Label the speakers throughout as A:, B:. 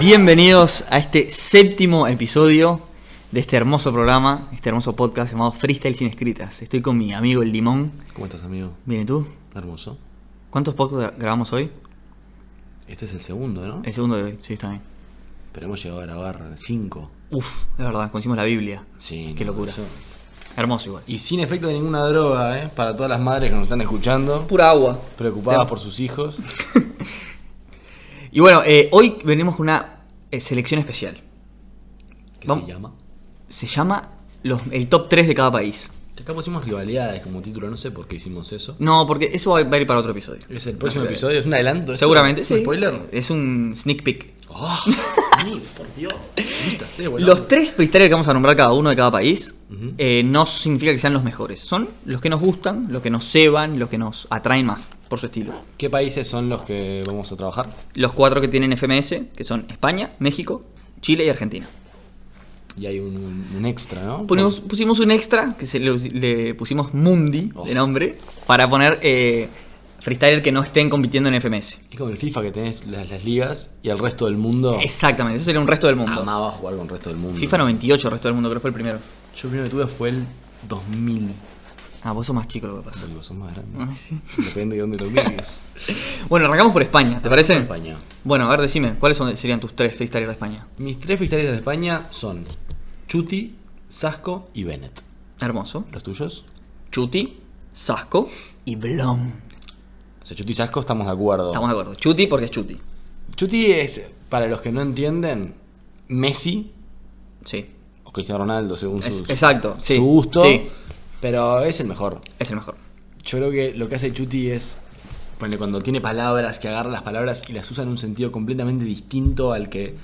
A: Bienvenidos a este séptimo episodio de este hermoso programa, este hermoso podcast llamado Freestyle sin escritas. Estoy con mi amigo El Limón.
B: ¿Cómo estás, amigo?
A: Bien, ¿y tú?
B: Hermoso.
A: ¿Cuántos podcasts grabamos hoy?
B: Este es el segundo, ¿no?
A: El segundo de hoy, sí, está bien.
B: Pero hemos llegado a grabar cinco.
A: Uf, es verdad, conocimos la Biblia.
B: Sí,
A: Qué
B: no,
A: locura.
B: eso.
A: Hermoso igual.
B: Y sin efecto de ninguna droga, ¿eh? Para todas las madres que nos están escuchando,
A: Pura agua.
B: preocupadas
A: Te-
B: por sus hijos.
A: Y bueno, eh, hoy venimos con una eh, selección especial.
B: ¿Qué
A: Vamos.
B: se llama?
A: Se llama los, el top 3 de cada país.
B: Que Acá pusimos rivalidades como título, no sé por qué hicimos eso.
A: No, porque eso va va a ir para otro episodio.
B: Es el próximo
A: Una
B: episodio, es un adelanto. esto?
A: Seguramente,
B: ¿Un
A: sí.
B: spoiler?
A: Es un sneak peek.
B: ¡Oh! amigo, por Dios! Vista, sé, boludo.
A: Los tres freestylers que vamos a nombrar cada uno de cada país
B: Ujú.
A: eh, no significa que sean los mejores. Son los que nos gustan, los que nos ceban, los que nos atraen más por su estilo.
B: ¿Qué países son los que vamos a trabajar?
A: Los cuatro que tienen FMS, que son España, México, Chile y Argentina.
B: Y hay un, un- un extra, ¿no?
A: Ponemos- pusimos un extra, que se le, le pusimos Mundi de
B: Ojo.
A: nombre, para poner eh, freestyler que no estén compitiendo en FMS.
B: Es como el FIFA que tenés las, las ligas y el resto del mundo.
A: Exactamente, eso sería un resto del mundo.
B: Amaba jugar con el resto del mundo.
A: FIFA 98, resto del mundo, creo que fue el primero.
B: Yo primero que tuve fue el 2000.
A: Ah, vos sos más chico lo que pasa.
B: Digo, son más
A: Ay,
B: grandes.
A: sí.
B: Depende de dónde lo mires.
A: Bueno, arrancamos por España, ¿te parece?
B: España.
A: Bueno, a ver, decime, ¿cuáles son- serían tus tres freestylers de España?
B: Mis tres freestylers de España son Chuti, Sasco y Bennett.
A: Hermoso.
B: ¿Los tuyos?
A: Chuti, Sasco y Blom.
B: O sea, Chuti y Sasco estamos de acuerdo.
A: Estamos de acuerdo. Chuti porque es Chuti.
B: Chuti es, para los que no entienden, Messi
A: Sí.
B: o Cristiano Ronaldo, según
A: Es-
B: sus-
A: exacto. Sí.
B: su gusto.
A: Sí.
B: Pero es el mejor.
A: Es el mejor.
B: Yo creo que lo que hace Chuti es. ponele, cuando tiene palabras, que agarra las palabras y las usa en un sentido completamente distinto al que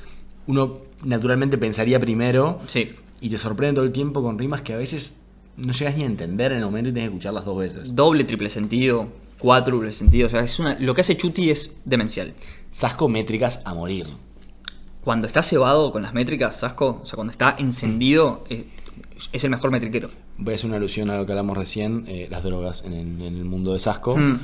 B: uno naturalmente pensaría primero.
A: Sí.
B: Y te sorprende todo el tiempo con rimas que a veces no llegas ni a entender en el momento y tienes que escucharlas dos veces.
A: Doble, triple sentido, cuádruple sentido. O sea, es una, lo que hace Chuti es demencial.
B: Sasco métricas a morir.
A: Cuando está cebado con las métricas, Sasco, o sea, cuando está encendido, es, es el mejor metriquero.
B: Voy a hacer una alusión a lo que hablamos recién, eh, las drogas en el, en el mundo de Sasco.
A: Mm.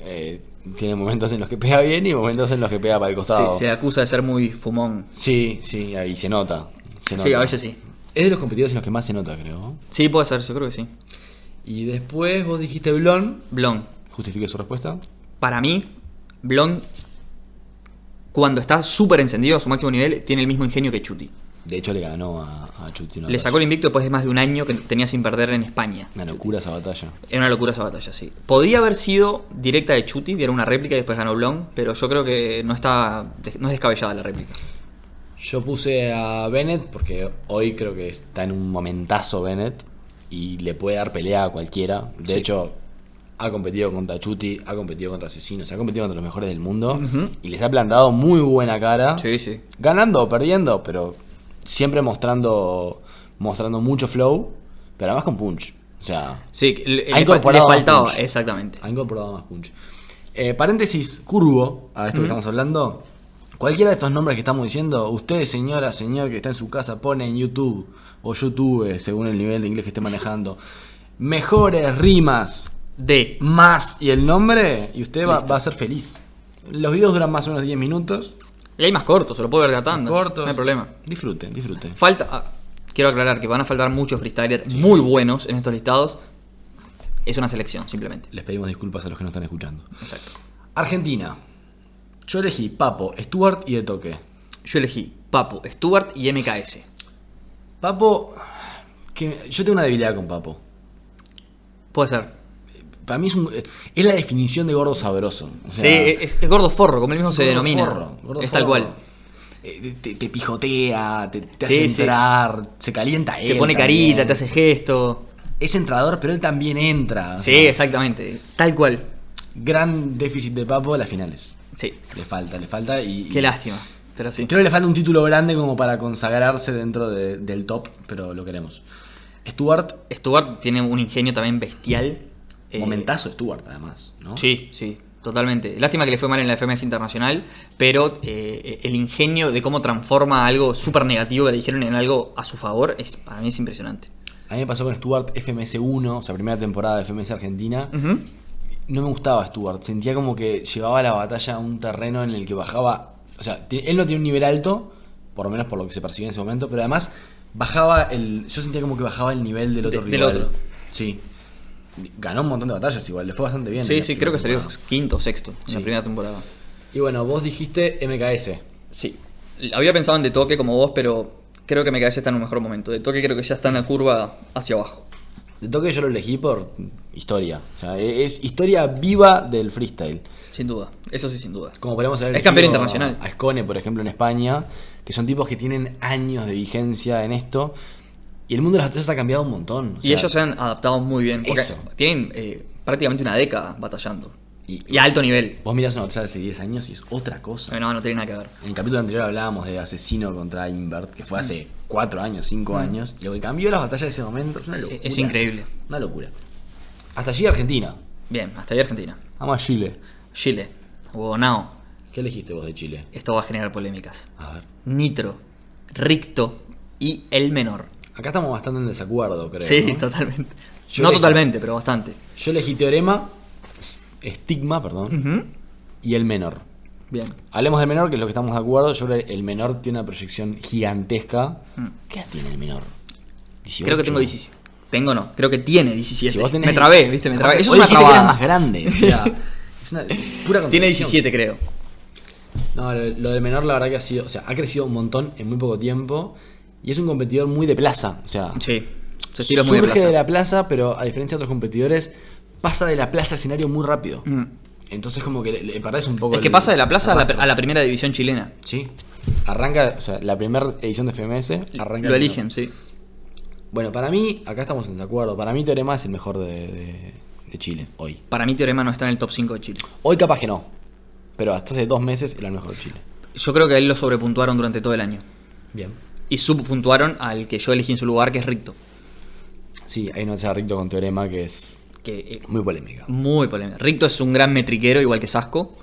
B: Eh, tiene momentos en los que pega bien y momentos en los que pega para el costado.
A: Sí, se le acusa de ser muy fumón.
B: Sí, sí, ahí se nota. se
A: Sí, a
B: nota.
A: veces sí.
B: Es de los competidores en los que más se nota, creo.
A: Sí, puede ser, yo creo que sí.
B: Y después vos dijiste Blon.
A: Blon.
B: Justifique su respuesta.
A: Para mí, Blon, cuando está súper encendido a su máximo nivel, tiene el mismo ingenio que Chuti.
B: De hecho, le ganó a, a Chuti. una
A: Le
B: batalla.
A: sacó el invicto después de más de un año que tenía sin perder en España.
B: Una locura esa batalla.
A: Era una locura esa batalla, sí. Podía haber sido directa de Chuti, diera una réplica y después ganó Blon, pero yo creo que no está no es descabellada la réplica.
B: Yo puse a Bennett porque hoy creo que está en un momentazo Bennett y le puede dar pelea a cualquiera. De
A: Sí.
B: hecho, ha competido contra Chuti, ha competido contra Asesinos, ha competido contra los mejores del mundo
A: Ujú.
B: y les ha plantado muy buena cara.
A: Sí, sí.
B: ganando o perdiendo, pero siempre mostrando mostrando mucho flow, pero además con punch. O sea,
A: Sí, le, le fal-
B: incorporado
A: le
B: más
A: faltaba,
B: punch.
A: exactamente.
B: ha incorporado más punch. Eh, paréntesis, curvo, a esto que estamos hablando. Cualquiera de estos nombres que estamos diciendo, usted, señora, señor, que está en su casa, pone en YouTube o YouTube, eh, según el nivel de inglés que esté manejando, mejores rimas,
A: D.
B: más y el nombre, y usted va, va a ser feliz. Los videos duran más o menos 10 minutos.
A: Y hay más cortos, se lo puedo ver de a tandas,
B: cortos.
A: No hay problema.
B: Disfruten, disfruten.
A: Falta. ah, quiero aclarar que van a faltar muchos freestylers muy buenos en estos listados. Es una selección, simplemente.
B: Les pedimos disculpas a los que nos están escuchando.
A: Exacto.
B: Argentina. Yo elegí Papo, Stuart y De Toque.
A: Yo elegí Papo, Stuart y MKS.
B: Papo, que yo tengo una debilidad con Papo.
A: Puede ser.
B: Para mí es, un- es la definición de gordo sabroso. O sea,
A: sí, es, es gordo forro, como él mismo se
B: gordo
A: denomina.
B: forro, gordo
A: es tal
B: forro.
A: cual.
B: Eh, Te, te pijotea, te, te
A: Sí,
B: hace
A: sí.
B: entrar, se calienta él.
A: Te pone
B: también.
A: carita, te hace gesto.
B: Es entrador, pero él también entra. O
A: Sí,
B: sea,
A: exactamente. Tal cual.
B: Gran déficit de Papo las finales.
A: Sí.
B: Le falta, le falta. Y,
A: Qué
B: y-
A: lástima. Pero sí.
B: Creo que le falta un título grande como para consagrarse dentro de- del top, pero lo queremos. Stuart,
A: Stuart tiene un ingenio también bestial. Eh,
B: momentazo Stuart además, ¿no?
A: Sí, sí, totalmente. Lástima que le fue mal en la FMS Internacional, pero eh, el ingenio de cómo transforma algo súper negativo que le dijeron en algo a su favor, es para mí es impresionante.
B: A mí me pasó con Stuart FMS1, o sea, primera temporada de FMS Argentina.
A: Ujú.
B: No me gustaba Stuart, sentía como que llevaba la batalla a un terreno en el que bajaba. O sea, te- él no tiene un nivel alto, por lo menos por lo que se percibía en ese momento, pero además bajaba el. Yo sentía como que bajaba el nivel del otro
A: De- del
B: rival.
A: otro.
B: Sí. Ganó un montón de batallas igual, le fue bastante bien. en
A: Sí,
B: la
A: sí, creo que
B: primera
A: salió quinto o sexto en la
B: Sí.
A: primera temporada.
B: temporada. Y bueno, vos dijiste MKS.
A: Sí. Había pensado en De Toque como vos, pero creo que me quedé está en un mejor momento. De Toque creo que ya está en la curva hacia abajo.
B: De toque yo lo elegí por historia. O sea, e-, es historia viva del freestyle.
A: Sin duda. Eso sí, sin duda.
B: Como podemos haber
A: Es campeón
B: elegido
A: internacional.
B: A Scone, por ejemplo, en España, que son tipos que tienen años de vigencia en esto. Y el mundo de las batallas ha cambiado un montón. O
A: y
B: sea,
A: ellos se han adaptado muy bien. Porque
B: Eso.
A: tienen eh, prácticamente una década batallando.
B: Y-
A: Y a alto nivel. Eh,
B: Vos mirás una batalla de hace 10 años y es otra cosa.
A: No, no, no tiene nada que ver.
B: En el capítulo anterior hablábamos de Asesino contra Invert, que fue
A: Mm.
B: hace 4 años, 5 años. Y lo que cambió las batallas de ese momento es una locura.
A: Es increíble.
B: Una locura. Hasta allí Argentina.
A: Bien, hasta ahí Argentina.
B: Vamos a Chile.
A: Chile. Hugonao.
B: ¿Qué elegiste vos de Chile?
A: Esto va a generar polémicas.
B: A ver.
A: Nitro, Ricto y El Menor.
B: Acá estamos bastante en desacuerdo, creo.
A: Sí,
B: ¿no?
A: totalmente.
B: Yo
A: no
B: elegí-
A: totalmente, pero bastante.
B: Yo elegí Teorema, S- Estigma, perdón,
A: Ujú.
B: y el menor.
A: Bien.
B: Hablemos del menor, que es lo que estamos de acuerdo. Yo creo que el menor tiene una proyección gigantesca.
A: Mm.
B: ¿Qué edad tiene el menor?
A: Creo que
B: 18.
A: tengo 17. Tengo no, creo que tiene 17.
B: Si vos tenés-
A: Me trabé, viste, me trabé. Eso
B: Vos
A: es una
B: dijiste que eras
A: trabada.
B: más grande. o sea, es una pura
A: Tiene
B: contradicción.
A: 17, creo.
B: No, lo, lo del menor la verdad que ha sido, o sea, ha crecido un montón en muy poco tiempo y es un competidor muy de plaza, o sea,
A: Sí. Su estilo es muy de
B: Ah. surge
A: plaza.
B: de la plaza, pero a diferencia de otros competidores pasa de la plaza a escenario muy rápido.
A: Mm.
B: Entonces como que le, le perdés un poco
A: Es que
B: el-
A: pasa de la plaza a la,
B: el rastro.
A: a la primera división chilena.
B: Sí. Arranca, o sea, la primera edición de FMS arranca
A: Lo
B: el-
A: eligen, sí.
B: Bueno, para mí, acá estamos en desacuerdo. Para mí, Teorema es el mejor de, de- de Chile hoy.
A: Para mí Teorema no está en el top 5 de Chile.
B: Hoy capaz que no, pero hasta hace dos meses era el mejor de Chile.
A: Yo creo que a él lo sobrepuntuaron durante todo el año.
B: Bien.
A: Y subpuntuaron al que yo elegí en su lugar, que es Ricto.
B: Sí, hay una noticia de Ricto con Teorema que es
A: Que eh,
B: muy polémica.
A: Muy polémica. Ricto es un gran metriquero, igual que Sasco.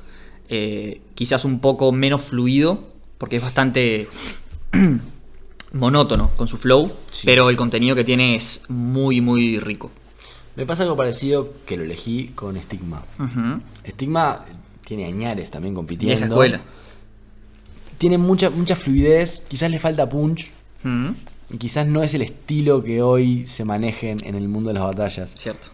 A: Eh, quizás un poco menos fluido, porque es bastante monótono con su flow,
B: Sí.
A: pero el contenido que tiene es muy, muy rico.
B: Me pasa algo parecido que lo elegí con Stigma.
A: Ujú.
B: Stigma tiene añares también compitiendo.
A: Vieja escuela.
B: Tiene mucha, mucha fluidez, quizás le falta punch.
A: Ujú.
B: y Quizás no es el estilo que hoy se manejen en el mundo de las batallas.
A: Cierto.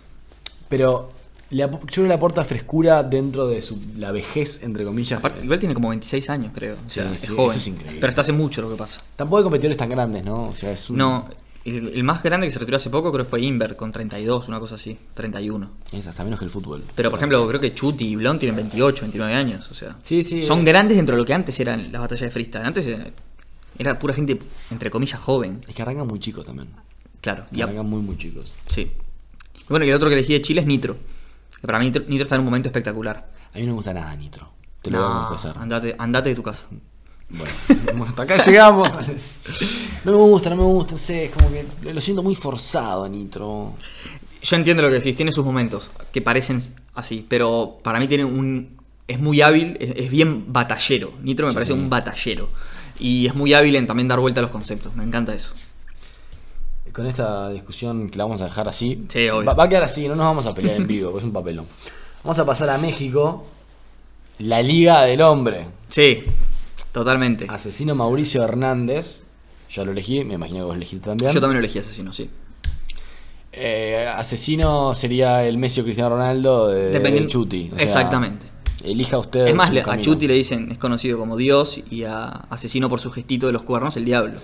B: Pero le ap- yo creo que le aporta frescura dentro de su, la vejez, entre comillas. Eh,
A: Aparte, igual tiene como 26 años, creo. O
B: Sí,
A: sea,
B: sí,
A: es joven.
B: eso es increíble.
A: Pero está hace mucho lo que pasa.
B: Tampoco hay competidores tan grandes, ¿no? O sea, es un...
A: No, el, el más grande que se retiró hace poco creo que fue Inver, con 32, una cosa así. 31.
B: Es hasta menos que el fútbol.
A: Pero por ejemplo, creo que Chuti y Blon tienen 28, 29 años, o sea.
B: Sí, sí,
A: Son
B: eh.
A: grandes dentro de lo que antes eran las batallas de freestyle. Antes era, era pura gente, entre comillas, joven.
B: Es que arrancan muy chicos también.
A: Claro, y a-
B: Arrancan muy, muy chicos.
A: sí. Y Bueno, y el otro que elegí de Chile es Nitro. Que para mí Nitro, Nitro está en un momento espectacular.
B: A mí no me gusta nada Nitro. Te lo voy a
A: No,
B: confesar.
A: andate, andate de tu casa.
B: Bueno, hasta acá llegamos. No me gusta, no me gusta, no sé, es como que lo siento muy forzado a Nitro.
A: Yo entiendo lo que decís, tiene sus momentos que parecen así, pero para mí tiene un. Es muy hábil, es, es bien batallero. Nitro me parece un batallero. Y es muy hábil en también dar vuelta a los conceptos. Me encanta eso.
B: Eh, Con esta discusión que la vamos a dejar así.
A: Sí, obvio.
B: Va, va a quedar así, no nos vamos a pelear en vivo, porque es un papelón. Vamos a pasar a México. La Liga del Hombre.
A: Sí, totalmente.
B: Asesino Mauricio Hernández. Yo lo elegí, me imagino que vos elegiste también.
A: Yo también lo elegí asesino, sí.
B: Eh, asesino sería el Messi o Cristiano Ronaldo de,
A: Dependiendo-
B: de Eh, Chuti. o sea,
A: Exactamente.
B: elija usted.
A: Es más,
B: su
A: le- a
B: camino.
A: Chuti le dicen, es conocido como Dios y a asesino por su gestito de los cuernos, el diablo.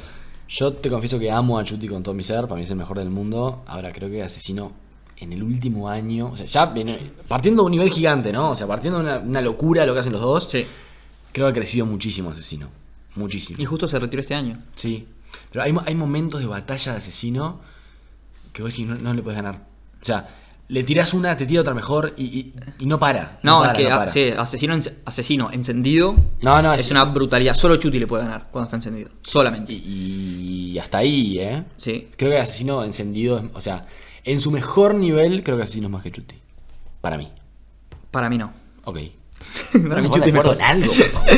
B: Yo te confieso que amo a Chuti con todo mi ser, para mí es el mejor del mundo. Ahora creo que Asesino en el último año, o sea, ya ven- partiendo de un nivel gigante, ¿no? O sea, partiendo de una, una locura lo que hacen los dos,
A: Sí.
B: creo que ha crecido muchísimo Asesino. Muchísimo.
A: Y justo se retiró este año.
B: Sí. Pero hay, mo- hay momentos de batalla de Asesino que vos decís, no, no le puedes ganar. O sea, le tirás una, te tira otra mejor y, y- y no para.
A: No,
B: para,
A: es que
B: no
A: ah,
B: para.
A: sí, asesino, en- asesino encendido
B: No, no,
A: es,
B: es-
A: una brutalidad. Solo Chuti le puede ganar cuando está encendido. Solamente.
B: Y, y hasta ahí, ¿eh?
A: Sí.
B: Creo que Asesino encendido, es- o sea, en su mejor nivel, creo que Asesino es más que Chuti. Para mí.
A: Para mí no.
B: Ok.
A: Para mí
B: Vamos a
A: Chuti es
B: acuerdo
A: mejor.
B: en algo, por favor.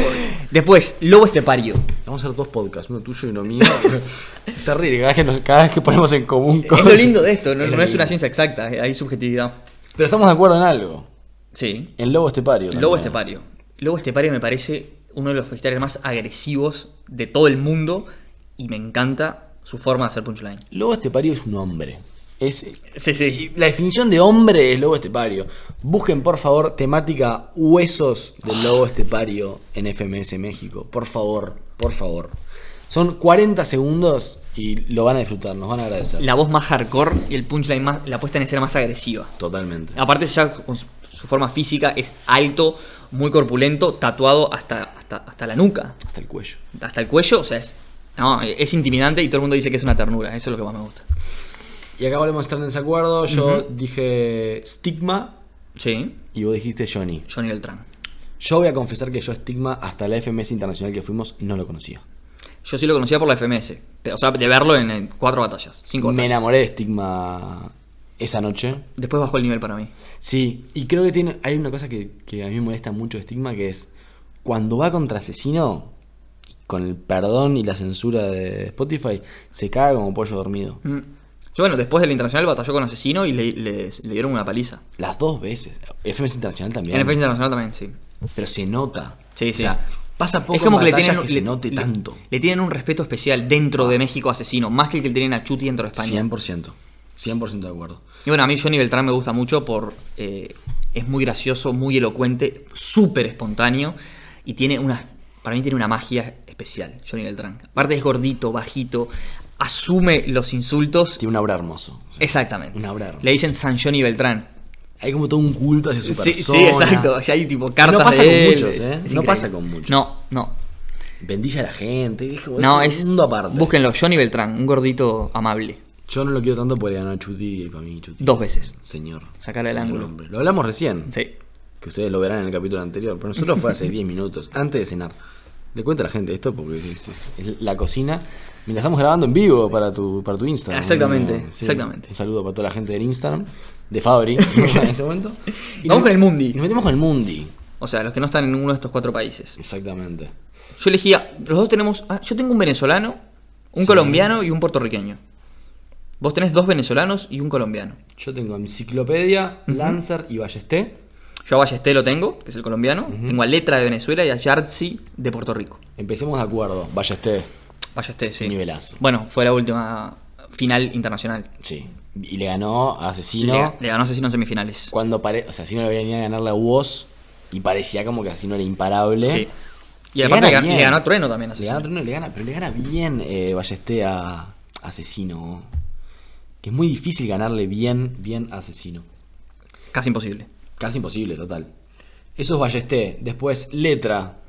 A: Después, Lobo Estepario.
B: Vamos a hacer dos podcasts, uno tuyo y uno mío. es terrible, cada vez, que nos- cada vez que ponemos en común
A: Es lo
B: cosas.
A: lindo de esto, no,
B: Es lo
A: no es una
B: lindo.
A: ciencia exacta, eh, hay subjetividad.
B: Pero estamos de acuerdo en algo.
A: Sí.
B: En Lobo Estepario.
A: Lobo
B: también.
A: Estepario. Lobo Estepario me parece uno de los freestylers más agresivos de todo el mundo y me encanta su forma de hacer punchline.
B: Lobo Estepario es un hombre. Es,
A: Sí, sí.
B: la definición de hombre es Lobo Estepario. Busquen, por favor, temática huesos del Lobo Estepario en FMS México. Por favor, por favor. Son 40 segundos y lo van a disfrutar, nos van a agradecer.
A: La voz más hardcore y el punchline más, la puesta en escena más agresiva.
B: Totalmente.
A: Aparte ya con su- su forma física es alto, muy corpulento, tatuado hasta, hasta, hasta la nuca,
B: Hasta el cuello.
A: hasta el cuello, o sea, es, no, es intimidante y todo el mundo dice que es una ternura, eso es lo que más me gusta.
B: Y acá volvemos a estar en desacuerdo. Yo
A: Ujú.
B: dije Stigma
A: Sí,
B: y vos dijiste Johnny.
A: Johnny Beltrán.
B: Yo voy a confesar que yo Stigma hasta la FMS Internacional que fuimos no lo conocía.
A: Yo sí lo conocía por la FMS, pe- o sea, de verlo en, en cuatro batallas, cinco
B: Me
A: batallas.
B: enamoré de Stigma esa noche.
A: Después bajó el nivel para mí.
B: Sí, y creo que tiene, hay una cosa que, que a mí me molesta mucho de Stigma, que es cuando va contra Asesino, con el perdón y la censura de Spotify, se caga como pollo dormido.
A: Mm. Sí, bueno, después del Internacional batalló con Asesino y le, les- le dieron una paliza.
B: Las dos veces. FMS Internacional también.
A: En el Internacional también, sí.
B: Pero se nota.
A: Sí, sí.
B: O sea, pasa poco
A: es como
B: en
A: que le
B: batallas
A: tienen,
B: que
A: le-
B: se note
A: le-
B: tanto.
A: le tienen un respeto especial dentro de México Asesino, más que el que le tienen a Chuti dentro de España.
B: 100%. 100% de acuerdo.
A: Y bueno, a mí Johnny Beltrán me gusta mucho por. eh, es muy gracioso, muy elocuente, súper espontáneo y tiene una. Para mí tiene una magia especial, Johnny Beltrán. Aparte es gordito, bajito, asume los insultos.
B: Tiene un aura hermoso. O sea,
A: Exactamente.
B: Un abrazo.
A: Le dicen San Johnny Beltrán.
B: Hay como todo un culto hacia su
A: Sí, sí,
B: persona.
A: exacto. Ya hay tipo cartas
B: No pasa
A: de
B: con
A: él,
B: muchos,
A: es-
B: ¿eh?
A: es
B: No
A: increíble.
B: pasa con muchos.
A: No, no.
B: Bendice a la gente. dijo,
A: No,
B: un
A: es.
B: mundo aparte.
A: Búsquenlo, Johnny Beltrán, un gordito amable.
B: Yo no lo quiero tanto porque ganó Chuti y para mí Chuti.
A: Dos veces.
B: Señor.
A: Sacar el
B: señor
A: ángulo.
B: hombre. Lo hablamos recién.
A: Sí.
B: Que ustedes lo verán en el capítulo anterior. Pero nosotros fue hace 10 minutos, antes de cenar. Le cuento a la gente esto porque es, es- es la cocina. Mira, estamos grabando en vivo para tu, para tu Instagram.
A: Exactamente,
B: Eh,
A: exactamente.
B: Un saludo para toda la gente del Instagram, de Fabri, en este momento.
A: Vamos
B: nos-
A: con el Mundi.
B: Nos metemos con el Mundi.
A: O sea, los que no están en uno de estos cuatro países.
B: Exactamente.
A: Yo elegía, los dos tenemos, ah, yo tengo un venezolano, un colombiano y un puertorriqueño. Vos tenés dos venezolanos y un colombiano.
B: Yo tengo Enciclopedia, Lancer y Ballesté.
A: Yo a Ballesté lo tengo, que es el colombiano, tengo a Letra de Venezuela y a Yartzi de Puerto Rico.
B: Empecemos de acuerdo. Ballesté.
A: Ballesté, sí.
B: Nivelazo.
A: Bueno, fue la última final internacional.
B: Sí. Y le ganó a Asesino.
A: Le, le ganó Asesino en semifinales.
B: cuando pare... o sea, si no le venía a ganar la voz y parecía como que así no era imparable.
A: Sí. Y
B: Le
A: aparte
B: gana
A: le, gan-
B: bien.
A: le ganó a Trueno también a
B: Le
A: Asesino.
B: gana, no, le gana, pero le gana bien eh, Ballesté a Asesino. Que es muy difícil ganarle bien, bien a Asesino.
A: Casi imposible.
B: Casi imposible, total. Eso es Ballesté. Después, Letra,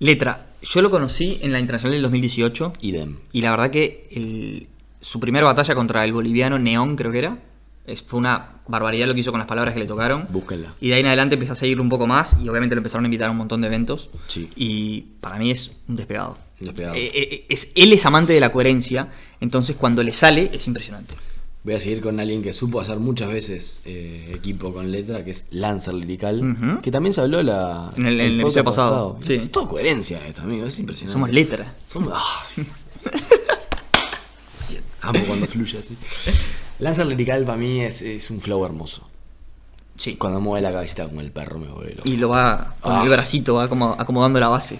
A: Letra, yo lo conocí en la internacional del 2018
B: idem.
A: Y la verdad que el- su primera batalla contra el boliviano Neón, creo que era, es- fue una barbaridad lo que hizo con las palabras que le tocaron.
B: Búsquenla.
A: Y de ahí en adelante empezó a seguirlo un poco más y obviamente lo empezaron a invitar a un montón de eventos.
B: Sí.
A: Y para mí es un despegado.
B: Un despegado.
A: Eh, eh, es, él es amante de la coherencia, entonces cuando le sale es impresionante.
B: Voy a seguir con alguien que supo hacer muchas veces eh, equipo con letra, que es Lancer Lirical,
A: Ujú.
B: que también se habló la,
A: En el- en el
B: podcast
A: episodio pasado. Sí.
B: Es todo coherencia esto, amigo, es impresionante.
A: Somos letra.
B: Somos- ¡Ay! Amo cuando fluye así. Lancer Lirical para mí es, es un flow hermoso.
A: Sí.
B: Cuando mueve la cabecita como el perro me vuelve loco.
A: Y lo va con
B: Ah.
A: el bracito, va como acomodando la base.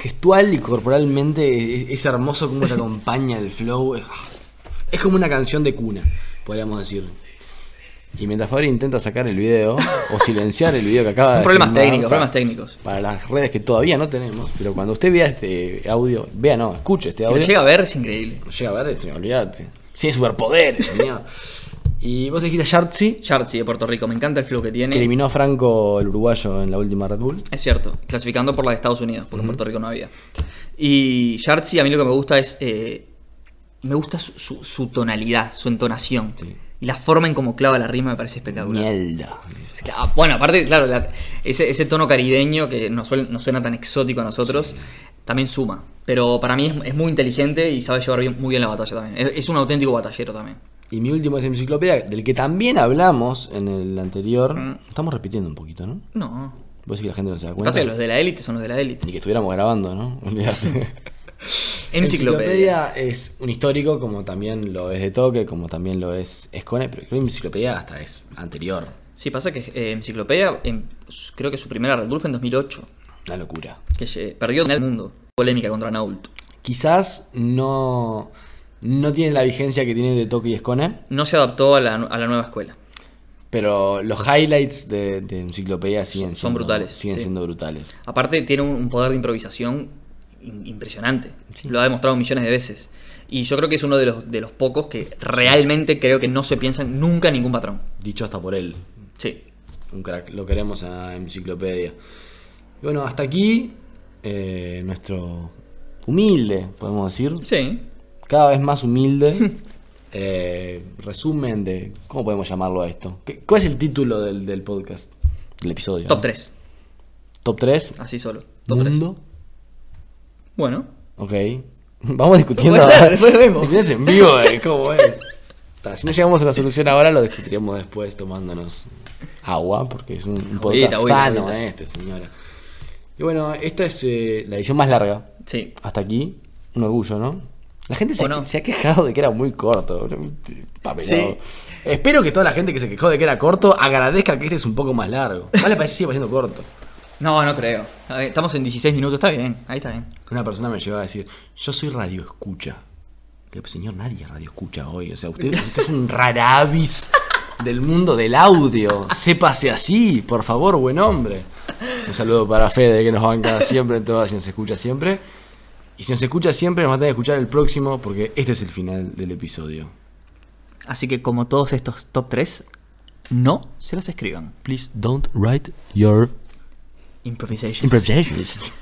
B: Gestual y corporalmente es, es hermoso como te acompaña el flow. Es, ah, es como una canción de cuna, podríamos decir. Y mientras Fabri intenta sacar el video o silenciar el video que acaba de.
A: Problemas
B: filmar
A: técnicos,
B: para-
A: problemas técnicos.
B: Para las redes que todavía no tenemos, pero cuando usted vea este audio, vea, no, escuche este
A: Si lo
B: audio.
A: llega a ver es increíble.
B: Llega a ver, decime, olvídate. Sí, superpoderes, señor. Y vos dijiste a Yartzi,
A: Chartzi de Puerto Rico, me encanta el flow que tiene.
B: que eliminó a Franco, el uruguayo, en la última Red Bull.
A: Es cierto, clasificando por la de Estados Unidos, porque en Puerto Rico no había. Y Yartzi, a mí lo que me gusta es. eh, me gusta su, su- su tonalidad, su entonación.
B: Sí.
A: Y la forma en cómo clava la rima me parece espectacular.
B: Mierda.
A: Es que, ah, Bueno, aparte, claro, la- ese, ese tono caribeño que nos, suel- nos suena tan exótico a nosotros, también suma. Pero para mí es, es muy inteligente y sabe llevar bien- muy bien la batalla también. Es, es un auténtico batallero también.
B: Y mi último es Enciclopedia, del que también hablamos en el anterior.
A: Mm.
B: Estamos repitiendo un poquito, ¿no?
A: No.
B: Vos decís que la gente no se da cuenta.
A: Pasa que los de la élite son los de la élite.
B: Ni que estuviéramos grabando, ¿no? Olvídate.
A: Enciclopedia.
B: Enciclopedia es un histórico, como también lo es de Toque, como también lo es Escone, pero creo que Enciclopedia hasta es anterior.
A: em, Sí, pasa que eh, Enciclopedia, en- creo que su primera Red Bull fue en 2008.
B: Una locura.
A: Que se- perdió en el mundo. Polémica contra Nault.
B: Quizás no, no tiene la vigencia que tiene de Toki y Escone,
A: No se adaptó a la, a la nueva escuela.
B: pero los highlights de, de Enciclopedia siguen
A: Son- son
B: siendo-
A: brutales,
B: Siguen
A: sí.
B: siendo brutales.
A: Aparte tiene un, un poder de improvisación im- impresionante.
B: Sí.
A: Lo ha demostrado millones de veces. Y yo creo que es uno de los, de los pocos que realmente creo que no se piensa nunca en ningún patrón.
B: Dicho hasta por él.
A: Sí.
B: Un crack. Lo queremos a Enciclopedia. Y bueno, hasta aquí eh, nuestro humilde, podemos decir,
A: Sí.
B: cada vez más humilde. eh, resumen de. ¿Cómo podemos llamarlo a esto? ¿Qué- ¿Cuál es el título del, del podcast? Del episodio.
A: Top
B: ¿no?
A: 3.
B: Top 3.
A: Así solo. Top 3.
B: Mundo.
A: Bueno.
B: Ok. Vamos discutiendo.
A: Puede ser, después vemos.
B: Discusiones en vivo, eh, ¿cómo es? Ta, Si no llegamos a una solución ahora, lo discutiremos después tomándonos agua, porque es un, un podcast
A: Agüita, agüita,
B: sano
A: agüita.
B: eh, este, señora. Y bueno, esta es eh, la edición más larga.
A: Sí.
B: Hasta aquí, un orgullo, ¿no? La gente se,
A: ¿O no?
B: se ha quejado de que era muy corto. Papelado.
A: Sí.
B: Espero que toda la gente que se quejó de que era corto agradezca que este es un poco más largo. Más le parece sigue pareciendo corto.
A: No, no creo. A ver, Estamos en 16 minutos. Está bien. Ahí está bien.
B: Una persona me llegó a decir, yo soy radio escucha. Que pues, señor, nadie radio escucha hoy. O sea, usted, usted es un rarabis del mundo del audio. Sépase así, por favor, buen hombre. Un saludo para Fede, que nos banca siempre en todas y nos escucha siempre. Y si nos escucha siempre, nos va a tener que escuchar el próximo, porque este es el final del episodio.
A: Así que como todos estos top 3, no se los escriban.
B: Please don't write your
A: Improvisation.
B: improvisations.